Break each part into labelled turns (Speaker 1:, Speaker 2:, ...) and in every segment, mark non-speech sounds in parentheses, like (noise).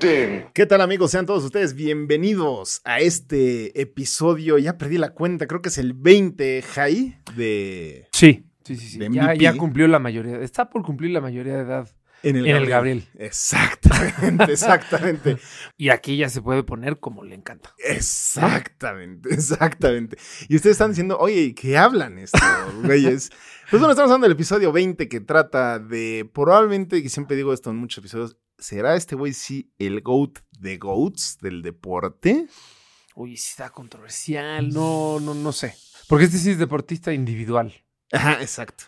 Speaker 1: ding.
Speaker 2: ¿Qué tal amigos? Sean todos ustedes bienvenidos a este episodio. Ya perdí la cuenta, creo que es el 20, Jai, de...
Speaker 3: Sí, sí, sí. sí.
Speaker 2: De
Speaker 3: Ya,
Speaker 2: MVP.
Speaker 3: ya cumplió la mayoría. Está por cumplir la mayoría de edad. En el Gabriel. (laughs)
Speaker 2: Exactamente, exactamente.
Speaker 3: Y aquí ya se puede poner como le encanta.
Speaker 2: Exactamente, exactamente. Y ustedes están diciendo, oye, ¿y ¿qué
Speaker 3: (laughs)
Speaker 2: hablan estos güeyes? Pues bueno, estamos hablando del episodio 20 que trata de, probablemente, y siempre digo esto en muchos episodios, ¿será este güey sí el GOAT de GOATs del deporte?
Speaker 3: Uy, sí está controversial. No, no, no sé. Porque este sí es deportista individual.
Speaker 2: Ajá, exacto.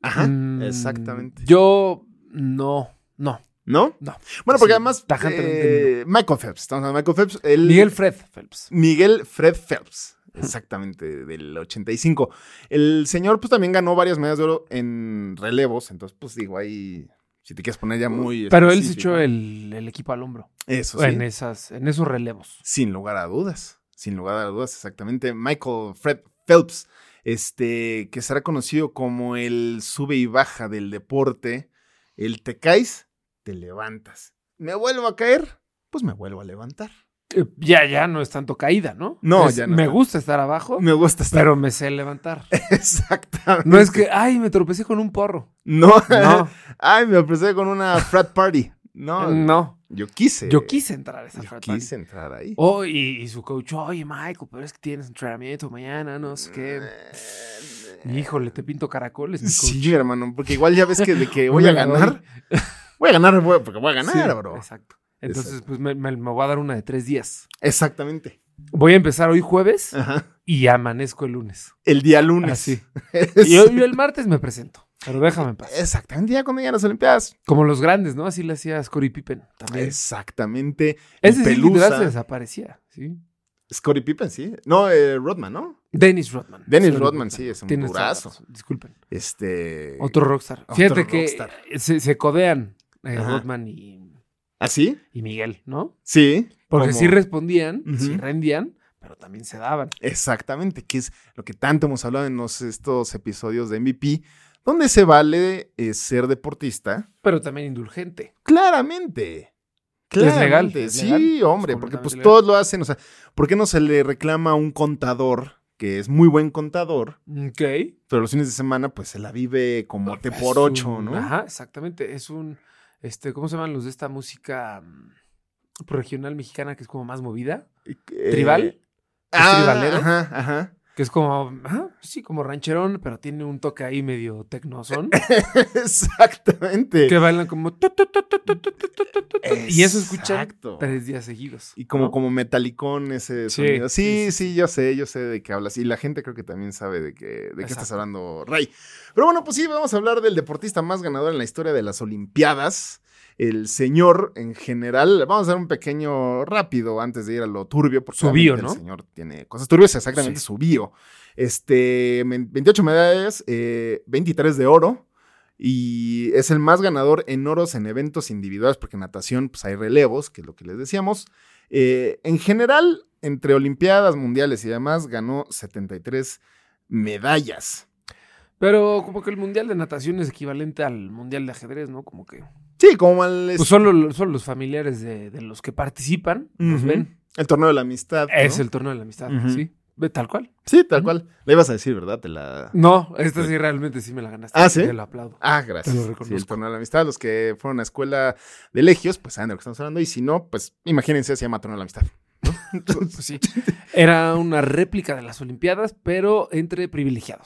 Speaker 2: Ajá,
Speaker 3: Mm,
Speaker 2: exactamente.
Speaker 3: Yo no, no.
Speaker 2: ¿No?
Speaker 3: No.
Speaker 2: Bueno, porque
Speaker 3: Sí,
Speaker 2: además,
Speaker 3: tajantemente
Speaker 2: eh, Michael Phelps, estamos hablando de Michael Phelps, el...
Speaker 3: Miguel Fred Phelps.
Speaker 2: Miguel Fred Phelps, exactamente, del 85. El señor pues también ganó varias medallas de oro en relevos, entonces pues digo ahí, si te quieres poner ya muy...
Speaker 3: Pero él se
Speaker 2: específico.
Speaker 3: echó el, el equipo al hombro.
Speaker 2: Eso sí,
Speaker 3: En, esas, en esos relevos.
Speaker 2: sin lugar a dudas, sin lugar a dudas, exactamente. Michael Fred Phelps, este, que será conocido como el sube y baja del deporte, el te caes, te levantas. ¿Me vuelvo a caer? Pues me vuelvo a levantar.
Speaker 3: Eh, Ya, ya no es tanto caída, ¿no?
Speaker 2: No,
Speaker 3: Es,
Speaker 2: ya no
Speaker 3: Me
Speaker 2: tanto.
Speaker 3: gusta estar abajo,
Speaker 2: Me gusta
Speaker 3: Oh.
Speaker 2: estar...
Speaker 3: pero me sé levantar.
Speaker 2: (laughs) Exactamente.
Speaker 3: No es que, ay, me tropecé con un porro.
Speaker 2: No,
Speaker 3: No,
Speaker 2: (laughs) Ay, me ofrecí con una frat party. No,
Speaker 3: no.
Speaker 2: yo quise.
Speaker 3: Yo quise entrar a esa
Speaker 2: Yo
Speaker 3: frat party.
Speaker 2: quise entrar ahí.
Speaker 3: Oh, y, y su coach, oye, Michael, pero es que tienes entrenamiento mañana, no sé qué. Híjole, te pinto caracoles, mi coach.
Speaker 2: Mm, Sí, hermano, porque igual ya ves que
Speaker 3: (laughs)
Speaker 2: de que
Speaker 3: No
Speaker 2: voy
Speaker 3: me
Speaker 2: a
Speaker 3: la doy.
Speaker 2: ganar. Voy a ganar, voy- porque voy a ganar,
Speaker 3: Sí,
Speaker 2: bro.
Speaker 3: Exacto. Entonces, pues me, me- me voy a dar una de tres días.
Speaker 2: Exactamente.
Speaker 3: Voy a empezar hoy jueves
Speaker 2: Ajá.
Speaker 3: y amanezco el lunes.
Speaker 2: El día lunes.
Speaker 3: Así.
Speaker 2: (laughs) Es-
Speaker 3: Y yo, yo el martes me presento, pero déjame en paz.
Speaker 2: Exactamente, ya cuando llegan las Olimpiadas.
Speaker 3: Como los grandes, ¿no? Así le hacía Scottie Pippen también.
Speaker 2: Exactamente.
Speaker 3: Ese sí
Speaker 2: Pelusa.
Speaker 3: literal se desaparecía, ¿sí?
Speaker 2: Scottie Pippen, sí. No, eh, Rodman, ¿no?
Speaker 3: Dennis Rodman.
Speaker 2: Dennis
Speaker 3: Scottie
Speaker 2: Rodman,
Speaker 3: Pippen.
Speaker 2: sí, es un
Speaker 3: Tienes toda la
Speaker 2: durazo.
Speaker 3: razón, Disculpen.
Speaker 2: Este.
Speaker 3: Otro rockstar.
Speaker 2: otro
Speaker 3: Fíjate que
Speaker 2: rockstar.
Speaker 3: Se, se codean eh,
Speaker 2: Ajá.
Speaker 3: Rodman y,
Speaker 2: ¿Así?
Speaker 3: y Miguel, ¿no?
Speaker 2: ¿Ah, Sí.
Speaker 3: Porque
Speaker 2: como-
Speaker 3: sí respondían,
Speaker 2: Ujú.
Speaker 3: sí rendían, pero también se daban.
Speaker 2: Exactamente, que es lo que tanto hemos hablado en los- estos episodios de MVP, donde se vale eh, ser deportista.
Speaker 3: Pero también indulgente.
Speaker 2: Claramente.
Speaker 3: legal,
Speaker 2: Claramente,
Speaker 3: es
Speaker 2: sí,
Speaker 3: legal,
Speaker 2: hombre,
Speaker 3: es
Speaker 2: porque pues
Speaker 3: completamente
Speaker 2: todos lo hacen. O sea, ¿por qué no se le reclama a un contador que es muy buen contador,
Speaker 3: Ok.
Speaker 2: pero los fines de semana pues se la vive como te
Speaker 3: Ah, Es
Speaker 2: por ocho,
Speaker 3: un-
Speaker 2: ¿no?
Speaker 3: Ajá, exactamente. Es un, este, ¿cómo se llaman los de esta música mm, regional mexicana que es como más movida?
Speaker 2: Eh,
Speaker 3: Tribal,
Speaker 2: ah,
Speaker 3: tribalero.
Speaker 2: Ajá, ajá. (laughs)
Speaker 3: que es como, ajá, sí, como rancherón, pero tiene un toque ahí medio
Speaker 2: (laughs)
Speaker 3: tecnosón,
Speaker 2: Exactamente.
Speaker 3: que bailan como... tu, tu, tu, tu, tu, tu, tu, tu, tu, tu, Y eso escuchan
Speaker 2: Exacto.
Speaker 3: tres días seguidos.
Speaker 2: Y como,
Speaker 3: ¿no?
Speaker 2: como metalicón ese
Speaker 3: Sí,
Speaker 2: sonido. Sí,
Speaker 3: sí,
Speaker 2: sí,
Speaker 3: sí,
Speaker 2: yo sé, yo sé de qué hablas. Y la gente creo que también sabe de qué, de qué estás
Speaker 3: Exacto.
Speaker 2: hablando, Ray. Pero bueno, pues sí, vamos a hablar del deportista más ganador en la historia de las Olimpiadas. El señor en general. Vamos a dar un pequeño rápido antes de ir a lo turbio. Porque
Speaker 3: Su
Speaker 2: obviamente
Speaker 3: bio, ¿no?
Speaker 2: El señor tiene cosas turbias, exactamente,
Speaker 3: Sí.
Speaker 2: su bio. Este, men- 28 medallas, eh, 23 de oro. Y es el más ganador en oros en eventos individuales, porque en natación pues, hay relevos, que es lo que les decíamos. Eh, en general, entre Olimpiadas, Mundiales y demás, ganó 73 medallas.
Speaker 3: Pero como que el mundial de natación es equivalente al mundial de ajedrez, ¿no? Como que...
Speaker 2: Sí, como al,
Speaker 3: Pues solo, lo- solo los familiares de, de los que participan los
Speaker 2: Ujú.
Speaker 3: ven.
Speaker 2: el torneo de la amistad. ¿no?
Speaker 3: Es el torneo de la amistad,
Speaker 2: Ujú.
Speaker 3: ¿sí? Ve Tal cual.
Speaker 2: Sí, tal cual. Le ibas a decir, ¿verdad? Te la...
Speaker 3: No, esta sí realmente sí me la ganaste.
Speaker 2: Ah, ¿sí?
Speaker 3: Te lo aplaudo.
Speaker 2: Ah,
Speaker 3: Te
Speaker 2: gracias.
Speaker 3: lo
Speaker 2: Sí, el
Speaker 3: reconozco.
Speaker 2: torneo de la amistad, los que fueron a escuela de legios, pues saben de lo que estamos hablando. Y si no, pues imagínense, se llama torneo de la amistad. (laughs)
Speaker 3: Pues sí. Era una réplica de las Olimpiadas, pero entre
Speaker 2: (laughs)
Speaker 3: privilegiados.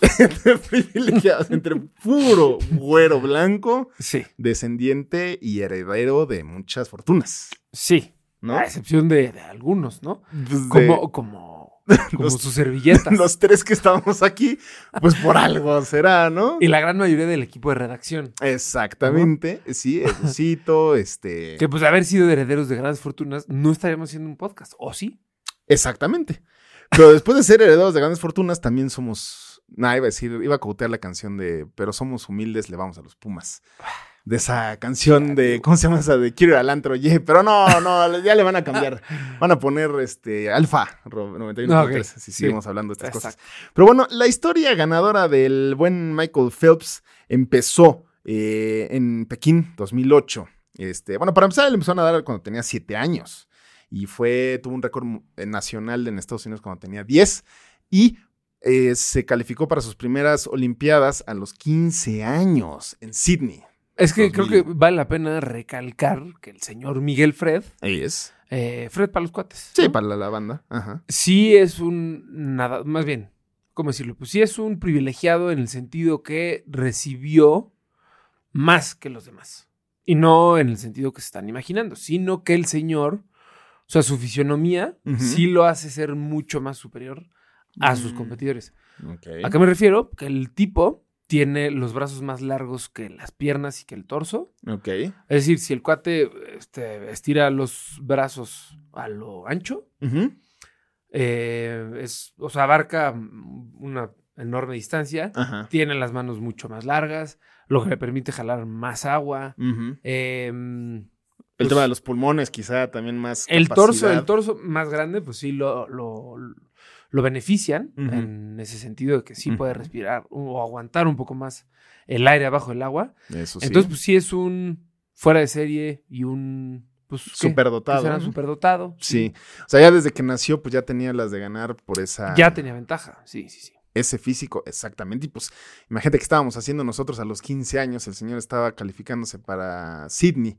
Speaker 2: Privilegiados entre puro güero blanco,
Speaker 3: Sí,
Speaker 2: descendiente y heredero de muchas fortunas.
Speaker 3: sí.
Speaker 2: ¿No?
Speaker 3: A excepción de, de algunos, ¿no? Ah,
Speaker 2: Pues, de-
Speaker 3: Como, como, como
Speaker 2: Los-
Speaker 3: sus servilletas.
Speaker 2: (laughs) los tres que estábamos aquí, pues por algo será, ¿no?
Speaker 3: Y la gran mayoría del equipo de redacción.
Speaker 2: Exactamente, sí, Educito, este...
Speaker 3: Que pues haber sido herederos de grandes fortunas, no estaríamos haciendo un podcast, ¿o sí?
Speaker 2: Exactamente. Pero después de ser herederos de grandes fortunas, también somos. Nah, iba a decir, iba a cotear la canción de Pero somos humildes, le vamos a los Pumas. De esa canción de. ¿Cómo se llama esa? De Quiero ir al antro, ye. Pero no, no, ya le van
Speaker 3: (laughs)
Speaker 2: a cambiar. Van a poner este Alfa Ro- 91.3.
Speaker 3: Ah, ok.
Speaker 2: Si
Speaker 3: Sí.
Speaker 2: seguimos hablando de estas cosas.
Speaker 3: Exacto.
Speaker 2: Pero bueno, la historia ganadora del buen Michael Phelps empezó eh, en Pekín 2008. Este, bueno, para empezar, le empezó a nadar cuando tenía 7 años. Y fue, tuvo un récord mu- eh, nacional en Estados Unidos cuando tenía 10. Y eh, se calificó para sus primeras Olimpiadas a los 15 años en Sydney.
Speaker 3: Es que creo
Speaker 2: 2000.
Speaker 3: que vale la pena recalcar que el señor Miguel Fred,
Speaker 2: Ahí es.
Speaker 3: eh, Fred para los cuates.
Speaker 2: Sí,
Speaker 3: ¿no?
Speaker 2: para la, la banda. Ajá.
Speaker 3: sí es un nada, más bien, ¿cómo decirlo? Pues sí es un privilegiado en el sentido que recibió más que los demás. Y no en el sentido que se están imaginando, sino que el señor, o sea, su fisionomía
Speaker 2: Ujú.
Speaker 3: sí lo hace ser mucho más superior a sus
Speaker 2: Mm.
Speaker 3: competidores. ¿A
Speaker 2: Ok.
Speaker 3: qué me refiero? Que el tipo tiene los brazos más largos que las piernas y que el torso.
Speaker 2: Ok.
Speaker 3: Es decir, si el cuate este, estira los brazos a lo ancho,
Speaker 2: Ujú.
Speaker 3: eh, es, o sea, abarca mm, una enorme distancia.
Speaker 2: Ajá.
Speaker 3: Tiene las manos mucho más largas, lo que le permite jalar más agua.
Speaker 2: Ujú.
Speaker 3: Eh,
Speaker 2: El
Speaker 3: Pues-
Speaker 2: tema de los pulmones, quizá también más.
Speaker 3: el torso,
Speaker 2: capacidad.
Speaker 3: el torso más grande, pues sí lo, lo, lo benefician
Speaker 2: Ujú.
Speaker 3: en ese sentido de que sí puede
Speaker 2: Ujú.
Speaker 3: respirar o aguantar un poco más el aire abajo del agua.
Speaker 2: Eso sí.
Speaker 3: Entonces, pues sí es un fuera de serie y un pues, ¿qué?
Speaker 2: Superdotado.
Speaker 3: Pues, era
Speaker 2: ¿no?
Speaker 3: superdotado.
Speaker 2: Sí. O sea, ya desde que nació, pues ya tenía las de ganar por esa.
Speaker 3: Ya tenía ventaja. Sí, Ah. sí, sí.
Speaker 2: Ese físico, exactamente. Y pues, imagínate que estábamos haciendo nosotros a los 15 años. El señor estaba calificándose para Sydney.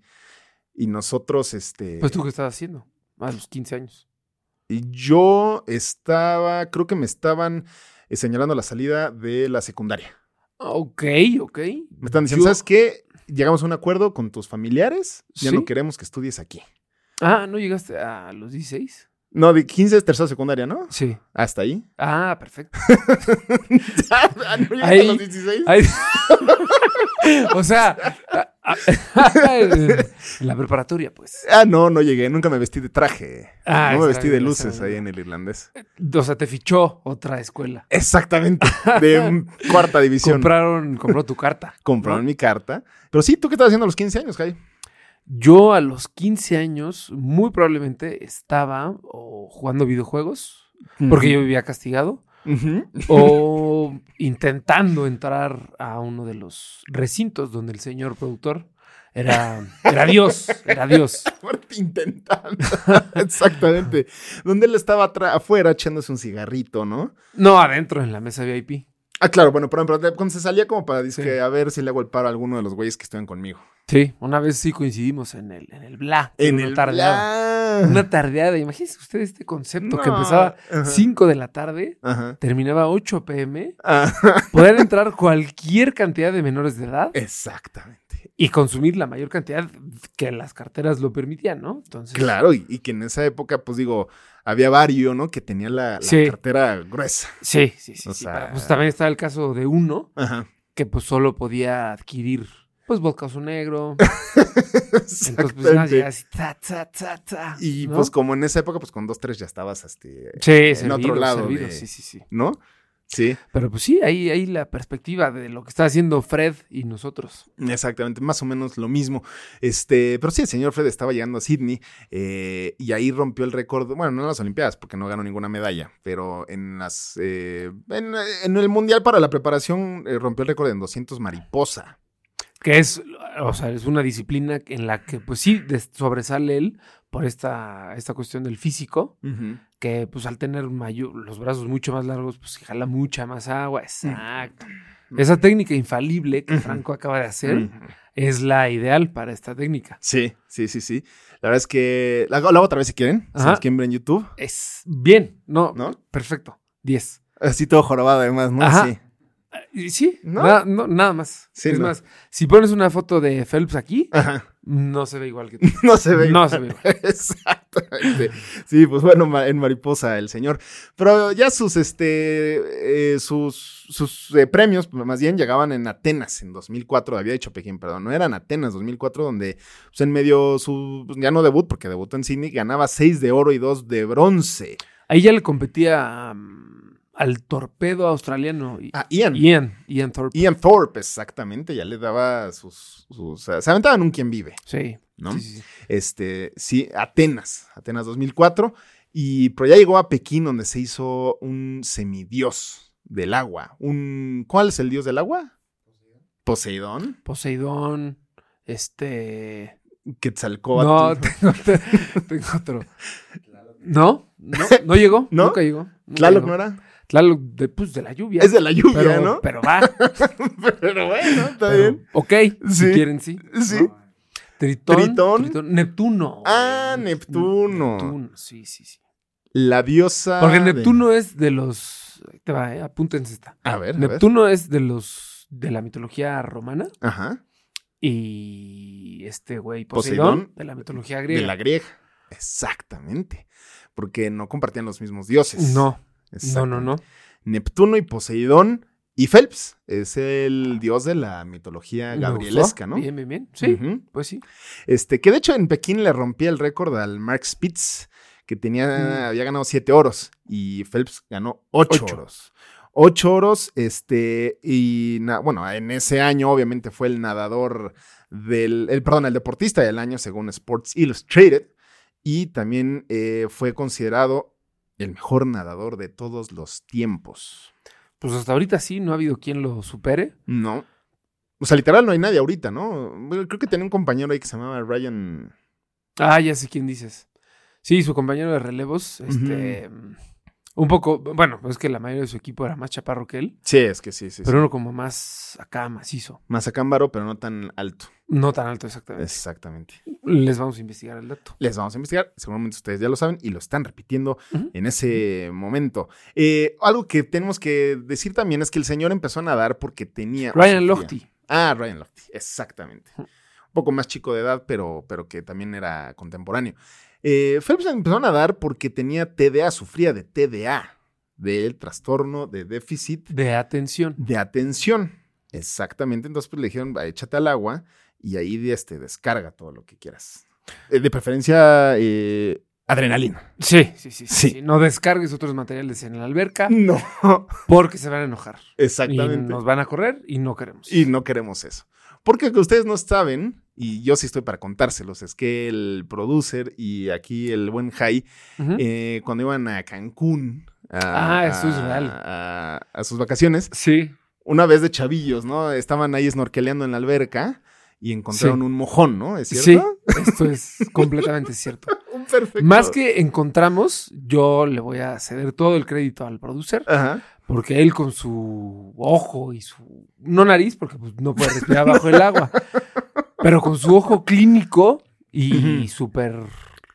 Speaker 2: Y nosotros, este.
Speaker 3: Pues tú qué estabas haciendo a los 15 años.
Speaker 2: y Yo estaba. Creo que me estaban eh, señalando la salida de la secundaria.
Speaker 3: Ok, ok.
Speaker 2: Me están diciendo,
Speaker 3: Yo-
Speaker 2: ¿sabes qué? Llegamos a un acuerdo con tus familiares. Ya
Speaker 3: ¿Sí?
Speaker 2: no queremos que estudies aquí.
Speaker 3: Ah, ¿no llegaste a los 16?
Speaker 2: No, de 15 es tercera secundaria, ¿no?
Speaker 3: Sí.
Speaker 2: Hasta ahí.
Speaker 3: Ah, perfecto.
Speaker 2: Ah, no, llegaste
Speaker 3: (laughs)
Speaker 2: (laughs) a
Speaker 3: Ahí-
Speaker 2: los 16.
Speaker 3: Ay, o sea, a- a- (laughs) en la preparatoria, pues.
Speaker 2: Ah, no, no llegué. Nunca me vestí de traje.
Speaker 3: Ah,
Speaker 2: no me
Speaker 3: está
Speaker 2: vestí de
Speaker 3: bien, está
Speaker 2: luces
Speaker 3: bien.
Speaker 2: ahí en el irlandés.
Speaker 3: O sea, te fichó otra escuela. (laughs)
Speaker 2: Exactamente. De un- cuarta división.
Speaker 3: Compraron, compró tu carta.
Speaker 2: Compraron
Speaker 3: ¿no?
Speaker 2: mi carta. Pero sí, ¿tú qué estabas haciendo a los 15 años, Jai?
Speaker 3: Yo a los 15 años, muy probablemente estaba o jugando videojuegos, porque yo vivía castigado,
Speaker 2: (laughs) Ujú.
Speaker 3: o intentando entrar a uno de los recintos donde el señor productor era, era Dios, era Dios.
Speaker 2: Aparte, intentando. (laughs) Exactamente. Donde él estaba atra- afuera echándose un cigarrito, ¿no?
Speaker 3: No, adentro en la mesa VIP.
Speaker 2: Ah, claro, bueno, pero, pero cuando se salía como para decir
Speaker 3: Sí.
Speaker 2: a ver si le hago el paro a alguno de los güeyes que estuvieron conmigo.
Speaker 3: Sí, una vez sí coincidimos en el, en el bla.
Speaker 2: En
Speaker 3: una
Speaker 2: el
Speaker 3: tardeada.
Speaker 2: plan.
Speaker 3: Una tardeada. Imagínense ustedes este concepto que
Speaker 2: No.
Speaker 3: empezaba
Speaker 2: Ajá.
Speaker 3: 5 de la tarde,
Speaker 2: Ajá.
Speaker 3: terminaba 8 pm, (laughs)
Speaker 2: Ajá.
Speaker 3: poder entrar cualquier cantidad de menores de edad
Speaker 2: Exactamente.
Speaker 3: y consumir la mayor cantidad que las carteras lo permitían, ¿no? Entonces,
Speaker 2: Claro, y, y que en esa época, pues digo, había Vario, ¿no? Que tenía la, la
Speaker 3: Sí.
Speaker 2: cartera gruesa. (laughs)
Speaker 3: Sí, sí, sí.
Speaker 2: O
Speaker 3: sí,
Speaker 2: sea-
Speaker 3: pero, pues también estaba el caso de uno
Speaker 2: Ajá.
Speaker 3: que pues solo podía adquirir pues vodka su
Speaker 2: (laughs)
Speaker 3: negro. Entonces pues nada,
Speaker 2: Exactamente.
Speaker 3: llegaba así, ta, ta, ta, ta,
Speaker 2: y
Speaker 3: ¿no?
Speaker 2: pues como en esa época, pues con dos, tres ya estabas, este,
Speaker 3: Sí, servido,
Speaker 2: otro lado
Speaker 3: servido,
Speaker 2: de-
Speaker 3: sí, sí, sí.
Speaker 2: ¿no? Sí,
Speaker 3: Pero pues sí, ahí, ahí la perspectiva de lo que está haciendo Fred y nosotros.
Speaker 2: exactamente, más o menos lo mismo. Este, pero sí, el señor Fred estaba llegando a Sydney eh, y ahí rompió el récord, bueno, no en las Olimpiadas, porque no ganó ninguna medalla, pero en las, eh, en, en el Mundial para la preparación eh, rompió el récord en 200 mariposa.
Speaker 3: Que es, o sea, es una disciplina en la que pues sí des- sobresale él por esta, esta cuestión del físico, que pues al tener mayor, los brazos mucho más largos, pues jala mucha más agua. Exacto.
Speaker 2: Mm.
Speaker 3: Esa técnica infalible que Franco acaba de hacer.
Speaker 2: Ujú.
Speaker 3: es la ideal para esta técnica.
Speaker 2: Sí, sí, sí, sí. La verdad es que. La hago, la hago otra vez si quieren. Si
Speaker 3: Ajá.
Speaker 2: nos quieren ver en YouTube.
Speaker 3: Es bien, no,
Speaker 2: ¿No?
Speaker 3: perfecto, 10.
Speaker 2: Así todo jorobado, además, ¿no?
Speaker 3: Ajá.
Speaker 2: Sí. (laughs)
Speaker 3: Y Sí,
Speaker 2: ¿No?
Speaker 3: nada- no, nada más.
Speaker 2: Sí,
Speaker 3: es
Speaker 2: no.
Speaker 3: más, si pones una foto de Phelps aquí,
Speaker 2: Ajá.
Speaker 3: no se ve igual que tú.
Speaker 2: No se ve.
Speaker 3: No se ve igual.
Speaker 2: (laughs) Exactamente. Sí, pues bueno, ma- en mariposa el señor. Pero ya sus, este, eh, sus, sus eh, premios, más bien, llegaban en Atenas en 2004, había dicho Pekín, perdón, no eran Atenas 2004, donde pues, en medio su, ya no debut, porque debutó en Sydney, ganaba 6 de oro y 2 de bronce.
Speaker 3: Ahí ya le competía um, al torpedo australiano. y-
Speaker 2: Ah, Ian. Ian.
Speaker 3: Ian, Ian Thorpe.
Speaker 2: Thorpe, exactamente, ya le daba sus... sus- se aventaban un quien vive.
Speaker 3: Sí.
Speaker 2: ¿No?
Speaker 3: Sí, sí, sí.
Speaker 2: Este, sí, Atenas, Atenas 2004. Y, pero ya llegó a Pekín, donde se hizo un semidios del agua. Un, ¿Cuál es el dios del agua? Poseidón.
Speaker 3: Poseidón, este...
Speaker 2: Quetzalcóatl.
Speaker 3: No, (laughs) tengo, te- tengo otro. ¿No? ¿No? ¿No llegó?
Speaker 2: (laughs) ¿No?
Speaker 3: Nunca llegó. nunca
Speaker 2: Tlaloc
Speaker 3: llegó.
Speaker 2: no era.
Speaker 3: Tlaloc, de, pues, de la lluvia.
Speaker 2: Es de la lluvia,
Speaker 3: pero, (laughs)
Speaker 2: ¿no?
Speaker 3: Pero va.
Speaker 2: (laughs) Pero bueno, está
Speaker 3: pero-
Speaker 2: bien.
Speaker 3: Ok,
Speaker 2: Sí.
Speaker 3: si quieren, sí.
Speaker 2: Sí.
Speaker 3: ¿no? Tritón,
Speaker 2: Tritón.
Speaker 3: Tritón, Neptuno.
Speaker 2: Ah, Neptuno. Ah,
Speaker 3: Neptuno, sí, sí, sí.
Speaker 2: La diosa.
Speaker 3: Porque
Speaker 2: de-
Speaker 3: Neptuno es de los... ahí Te va, eh, apúntense esta.
Speaker 2: A ver, a ver.
Speaker 3: Neptuno es de los... de la mitología romana
Speaker 2: Ajá.
Speaker 3: y este güey
Speaker 2: Poseidón,
Speaker 3: Poseidón, de la mitología griega.
Speaker 2: De la griega. Exactamente. Porque no compartían los mismos dioses.
Speaker 3: No, no, no,
Speaker 2: Exactamente.
Speaker 3: no.
Speaker 2: Neptuno y Poseidón y Phelps. Es el dios de la mitología
Speaker 3: Ah. Me
Speaker 2: gabrielesca,
Speaker 3: gustó.
Speaker 2: ¿no?
Speaker 3: Bien, bien, bien. Sí,
Speaker 2: Ujú.
Speaker 3: pues sí.
Speaker 2: Este, que de hecho en Pekín le rompía el récord al Mark Spitz, que tenía, había ganado siete oros y Phelps ganó
Speaker 3: Mm.
Speaker 2: ocho,
Speaker 3: Ocho.
Speaker 2: oros. Ocho oros, este, y na- bueno, en ese año obviamente fue el nadador del, el, perdón, el deportista del año según Sports Illustrated y también eh, fue considerado el mejor nadador de todos los tiempos.
Speaker 3: Pues hasta ahorita sí, no ha habido quien lo supere.
Speaker 2: No. O sea, literal no hay nadie ahorita, ¿no? Bueno, Creo que tenía un compañero ahí que se llamaba Ryan
Speaker 3: Ah, ya sé quién dices. Sí, su compañero de relevos, este, un poco, bueno, es que la mayoría de su equipo era más chaparro que él,
Speaker 2: Sí, es que sí, sí.
Speaker 3: pero uno como más acá, macizo.
Speaker 2: Más acámbaro, pero no tan alto.
Speaker 3: No tan alto exactamente.
Speaker 2: Exactamente.
Speaker 3: Les vamos a investigar el dato.
Speaker 2: Les vamos a investigar. Seguramente ustedes ya lo saben y lo están repitiendo
Speaker 3: Ujú.
Speaker 2: en ese momento. Eh, algo que tenemos que decir también es que el señor empezó a nadar porque tenía.
Speaker 3: Ryan
Speaker 2: oceanía.
Speaker 3: Lochte.
Speaker 2: Ah, Ryan Lochte, exactamente. Un poco más chico de edad, pero, pero que también era contemporáneo. Eh, Phelps empezó a nadar porque tenía TDA, sufría de TDA, del trastorno de déficit
Speaker 3: De atención.
Speaker 2: de atención. Exactamente. Entonces, pues le dijeron, "Va, échate al agua y ahí este, descarga todo lo que quieras. Eh, de preferencia, eh, adrenalina.
Speaker 3: Sí, sí, sí, sí,
Speaker 2: Sí.
Speaker 3: sí. No descargues otros materiales en la alberca
Speaker 2: No,
Speaker 3: porque se van a enojar. Y
Speaker 2: exactamente.
Speaker 3: nos van a correr y no queremos.
Speaker 2: Y no queremos eso. Porque lo que ustedes no saben, y yo sí estoy para contárselos, es que el producer y aquí el buen Jai,
Speaker 3: Ujú.
Speaker 2: eh, cuando iban a Cancún. a-
Speaker 3: Ah, eso es
Speaker 2: a-
Speaker 3: real.
Speaker 2: a- a sus vacaciones,
Speaker 3: Sí.
Speaker 2: una vez de chavillos, ¿no? Estaban ahí snorkeleando en la alberca y encontraron
Speaker 3: Sí.
Speaker 2: un mojón, ¿no? ¿Es cierto? (laughs)
Speaker 3: Sí, esto es completamente cierto.
Speaker 2: Un perfecto.
Speaker 3: Más que encontramos, yo le voy a ceder todo el crédito al producer,
Speaker 2: Ajá.
Speaker 3: porque él con su ojo y su... No nariz, porque pues, no puede respirar bajo el
Speaker 2: (laughs)
Speaker 3: agua, pero con su ojo clínico y
Speaker 2: Ujú.
Speaker 3: súper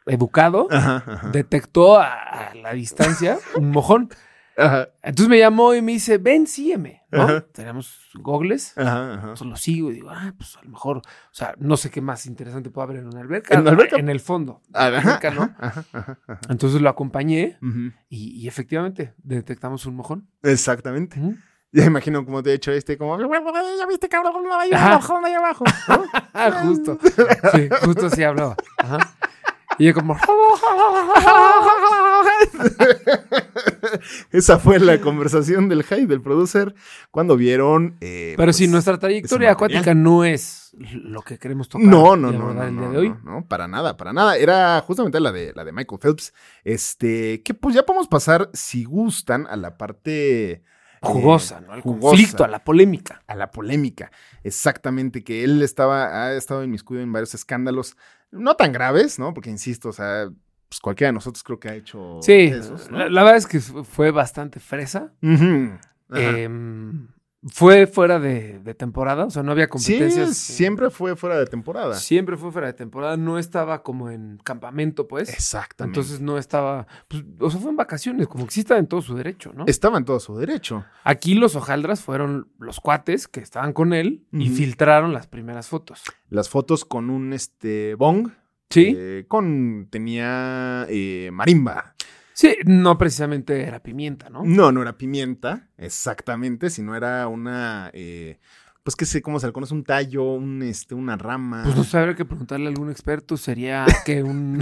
Speaker 3: educado,
Speaker 2: Ajá. Ajá.
Speaker 3: detectó a, a la distancia un mojón.
Speaker 2: Ajá.
Speaker 3: Entonces me llamó y me dice, ven, sígueme. ¿no?
Speaker 2: Ajá.
Speaker 3: Tenemos gogles.
Speaker 2: Ajá. ajá.
Speaker 3: Entonces lo sigo y digo, ah, pues a lo mejor, o sea, no sé qué más interesante puede haber en una alberca.
Speaker 2: ¿En una alberca?
Speaker 3: En el fondo.
Speaker 2: Ajá,
Speaker 3: Cerca, ¿no?
Speaker 2: ajá, ajá, ajá, ajá.
Speaker 3: Entonces lo acompañé
Speaker 2: Ujú.
Speaker 3: y, y efectivamente detectamos un mojón.
Speaker 2: Exactamente.
Speaker 3: Ujú.
Speaker 2: Ya imagino cómo te ha hecho este, como, ya viste, cabrón, hay un
Speaker 3: Ajá.
Speaker 2: mojón ahí abajo. ¿no?
Speaker 3: Ah, (laughs) justo. Sí, justo así hablaba. Ajá. Y yo como,
Speaker 2: (laughs) Esa fue la conversación del Jai, del producer, cuando vieron. eh,
Speaker 3: pero si
Speaker 2: pues,
Speaker 3: nuestra trayectoria
Speaker 2: ese material.
Speaker 3: acuática no es lo que queremos tocar
Speaker 2: No, no,
Speaker 3: y
Speaker 2: no, no,
Speaker 3: abordar el día
Speaker 2: no,
Speaker 3: de hoy.
Speaker 2: no, no, para nada, para nada. Era justamente la de la de Michael Phelps. Este, que pues ya podemos pasar, si gustan, a la parte
Speaker 3: Jugosa, ¿no? Al
Speaker 2: jugosa.
Speaker 3: conflicto, a la polémica.
Speaker 2: a la polémica. Exactamente, que él estaba, ha estado inmiscuido en varios escándalos, no tan graves, ¿no? Porque insisto, o sea, pues cualquiera de nosotros creo que ha hecho
Speaker 3: Sí,
Speaker 2: esos, ¿no?
Speaker 3: la, la verdad es que fu- fue bastante fresa.
Speaker 2: Ujú, ajá.
Speaker 3: Em, fue fuera de, de temporada, o sea, no había competencias.
Speaker 2: sí, siempre fue fuera de temporada.
Speaker 3: Siempre fue fuera de temporada, no estaba como en campamento, pues.
Speaker 2: Exactamente. Entonces,
Speaker 3: Entonces no estaba, pues, o sea, fue en vacaciones, como que sí estaba en todo su derecho, ¿no?
Speaker 2: estaba en todo su derecho.
Speaker 3: Aquí los hojaldras fueron los cuates que estaban con él y
Speaker 2: Ujú.
Speaker 3: filtraron las primeras fotos.
Speaker 2: Las fotos con un este bong.
Speaker 3: Sí,
Speaker 2: eh, con tenía eh, marimba.
Speaker 3: sí, no precisamente era pimienta, ¿no?
Speaker 2: No, no era pimienta, exactamente, sino era una eh, pues pues qué sé, cómo se le conoce un tallo, un, este, una rama.
Speaker 3: Pues no sé, habría que preguntarle a algún experto. Sería que
Speaker 2: (laughs)
Speaker 3: un.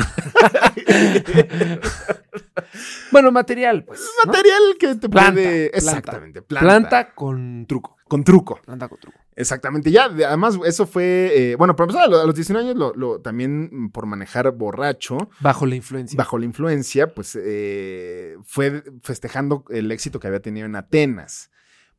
Speaker 3: bueno, material, pues. ¿no?
Speaker 2: material que te
Speaker 3: Planta,
Speaker 2: puede...
Speaker 3: planta.
Speaker 2: Exactamente, planta.
Speaker 3: Planta con truco.
Speaker 2: Con truco.
Speaker 3: Planta con truco.
Speaker 2: Exactamente, ya, de- además eso fue, eh, bueno, para empezar, a lo- a los 19 años lo, lo- también mm, por manejar borracho,
Speaker 3: Bajo la influencia.
Speaker 2: bajo la influencia, pues eh, fue festejando el éxito que había tenido en Atenas.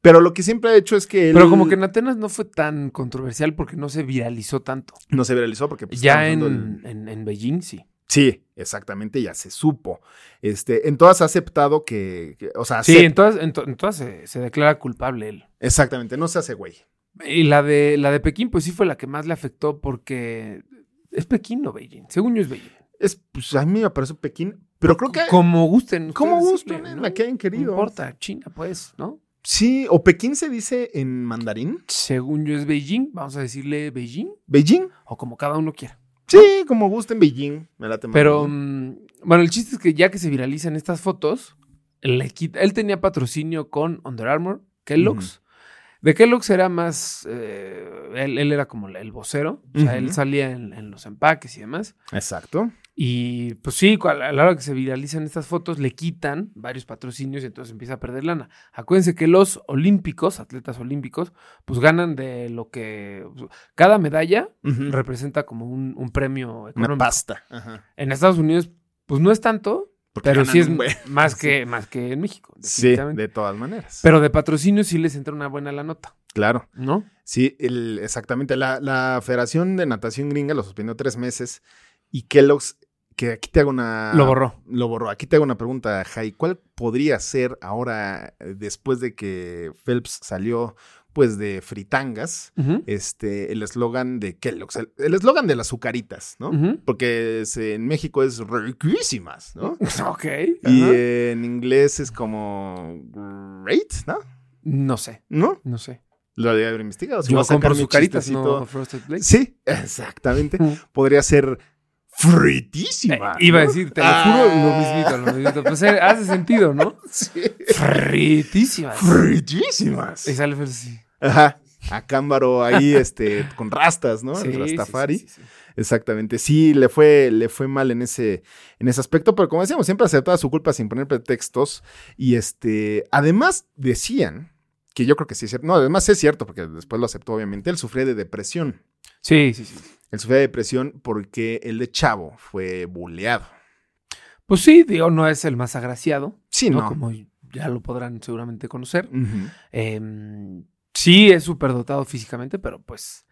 Speaker 2: Pero lo que siempre ha hecho es que él
Speaker 3: Pero como que en Atenas no fue tan controversial porque no se viralizó tanto.
Speaker 2: no se viralizó porque... pues,
Speaker 3: ya en,
Speaker 2: estamos hablando del-
Speaker 3: en, en Beijing sí.
Speaker 2: Sí, exactamente, ya se supo. Este, en todas ha aceptado que, que- o sea,
Speaker 3: Sí,
Speaker 2: acepta-
Speaker 3: entonces, ento- entonces se, se declara culpable él.
Speaker 2: exactamente, no se hace güey.
Speaker 3: Y la de, la de Pekín, pues sí fue la que más le afectó porque es Pekín o Beijing. Según yo es Beijing.
Speaker 2: Es, pues a mí me parece Pekín, pero creo que...
Speaker 3: Como gusten.
Speaker 2: Como
Speaker 3: ustedes
Speaker 2: gusten,
Speaker 3: decirle,
Speaker 2: en la que hayan querido.
Speaker 3: No importa, China, pues, ¿no?
Speaker 2: Sí, o Pekín se dice en mandarín.
Speaker 3: Según yo es Beijing, vamos a decirle Beijing
Speaker 2: Beijing.
Speaker 3: o como cada uno quiera.
Speaker 2: Sí, como gusta en Beijing. Me late más
Speaker 3: Pero,
Speaker 2: bien.
Speaker 3: mm, bueno, el chiste es que ya que se viralizan estas fotos, le quita- él tenía patrocinio con Under Armour, Kellogg's. De Kellogg's era más, eh, él, él era como el vocero, o sea, él
Speaker 2: Ujú.
Speaker 3: salía en- en los empaques y demás.
Speaker 2: Exacto.
Speaker 3: Y pues sí, cu- a la a la hora que se viralizan estas fotos, le quitan varios patrocinios y entonces empieza a perder lana. Acuérdense que los olímpicos, atletas olímpicos, pues ganan de lo que. pues, Cada medalla
Speaker 2: Ujú.
Speaker 3: representa como un, un premio
Speaker 2: Una
Speaker 3: económico.
Speaker 2: pasta. Ajá.
Speaker 3: En Estados Unidos, pues no es tanto,
Speaker 2: Porque
Speaker 3: pero
Speaker 2: ganan
Speaker 3: sí es
Speaker 2: un buen. (laughs)
Speaker 3: más que, más que en México.
Speaker 2: Sí,
Speaker 3: Definitivamente.
Speaker 2: de todas maneras.
Speaker 3: Pero de patrocinio sí les entra una buena la nota,
Speaker 2: claro.
Speaker 3: ¿no?
Speaker 2: Sí, el- exactamente. La, la Federación de Natación Gringa lo suspendió tres meses y Kellogg's, que aquí te hago una...
Speaker 3: Lo borró.
Speaker 2: Lo borró. Aquí te hago una pregunta, Jai. ¿Cuál podría ser ahora, eh, después de que Phelps salió, pues, de fritangas,
Speaker 3: Ujú,
Speaker 2: este, el eslogan de Kellogg's? El el eslogan de las azucaritas, ¿no?
Speaker 3: ujú.
Speaker 2: Porque es- en México es riquísimas, ¿no?
Speaker 3: (laughs) Ok.
Speaker 2: Y
Speaker 3: ajá.
Speaker 2: eh, en inglés es como great, ¿no?
Speaker 3: No sé,
Speaker 2: ¿No?
Speaker 3: no sé.
Speaker 2: Lo de haber investigado. Si voy
Speaker 3: Yo
Speaker 2: a sacar
Speaker 3: compro
Speaker 2: mi
Speaker 3: sus caritas,
Speaker 2: chistecito-
Speaker 3: no Frosted Flakes.
Speaker 2: Sí, exactamente.
Speaker 3: Mm.
Speaker 2: Podría ser
Speaker 3: Eh,
Speaker 2: fritísima.
Speaker 3: iba a
Speaker 2: ¿no?
Speaker 3: decir, te lo
Speaker 2: Ah.
Speaker 3: juro, lo mismito, lo mismito. Pues eh, hace sentido, ¿no?
Speaker 2: Sí.
Speaker 3: Fritísimas.
Speaker 2: Fritísimas.
Speaker 3: Y sale Fer- sí.
Speaker 2: Ajá. A
Speaker 3: (laughs)
Speaker 2: Cámbaro ahí, este, con rastas, ¿no?
Speaker 3: Sí,
Speaker 2: El
Speaker 3: sí,
Speaker 2: Rastafari.
Speaker 3: sí, sí, sí.
Speaker 2: Exactamente. Sí, le fue, le fue mal en ese, en ese aspecto, pero como decíamos, siempre aceptaba su culpa sin poner pretextos. Y este, además decían, que yo creo que sí es cierto, no, además es cierto, porque después lo aceptó, obviamente, él sufría de depresión.
Speaker 3: Sí, sí, sí.
Speaker 2: Él sufría de depresión porque él de chavo fue buleado.
Speaker 3: Pues sí, digo, no es el más agraciado,
Speaker 2: Sí, no.
Speaker 3: ¿no? Como ya lo podrán seguramente conocer.
Speaker 2: Ujú.
Speaker 3: Em, sí, es superdotado físicamente, pero pues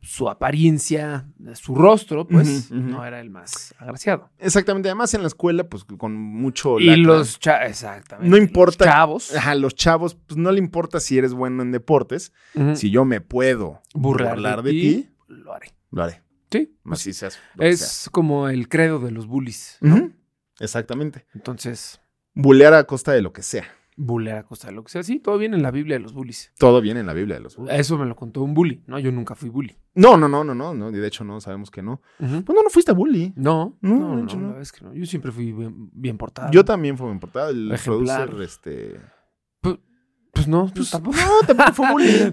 Speaker 3: su apariencia, su rostro, pues
Speaker 2: Ujú, ujú.
Speaker 3: no era el más agraciado.
Speaker 2: Exactamente. Además, en la escuela, pues con mucho.
Speaker 3: Y
Speaker 2: lacra.
Speaker 3: los cha- exactamente.
Speaker 2: No importa.
Speaker 3: Los
Speaker 2: (laughs)
Speaker 3: chavos.
Speaker 2: Ajá, los chavos, pues no le importa si eres bueno en deportes.
Speaker 3: ujú,
Speaker 2: Si yo me puedo burlar, de, ti,
Speaker 3: Lo haré.
Speaker 2: lo haré.
Speaker 3: Sí.
Speaker 2: Así seas. lo que seas.
Speaker 3: Es como el credo de los bullies.
Speaker 2: Ujú, Exactamente.
Speaker 3: Entonces,
Speaker 2: Bulear a costa de lo que sea.
Speaker 3: bulear a costa de lo que sea. Sí, todo bien en la Biblia de los bullies.
Speaker 2: Todo viene en la Biblia de los bullies.
Speaker 3: Eso me lo contó un bully, ¿no? Yo nunca fui bully.
Speaker 2: No, no, no, no, no, no. y De hecho, no, sabemos que no.
Speaker 3: Ujú.
Speaker 2: Pues no, no fuiste bully.
Speaker 3: No,
Speaker 2: No,
Speaker 3: no,
Speaker 2: de
Speaker 3: no,
Speaker 2: hecho, no.
Speaker 3: la verdad es que no. Yo siempre fui bien, bien portado.
Speaker 2: Yo también fui importado. El
Speaker 3: Ah. Ejemplar.
Speaker 2: producer, este.
Speaker 3: Pues no,
Speaker 2: pues,
Speaker 3: tampoco.
Speaker 2: No, tampoco
Speaker 3: (laughs)
Speaker 2: fue bully.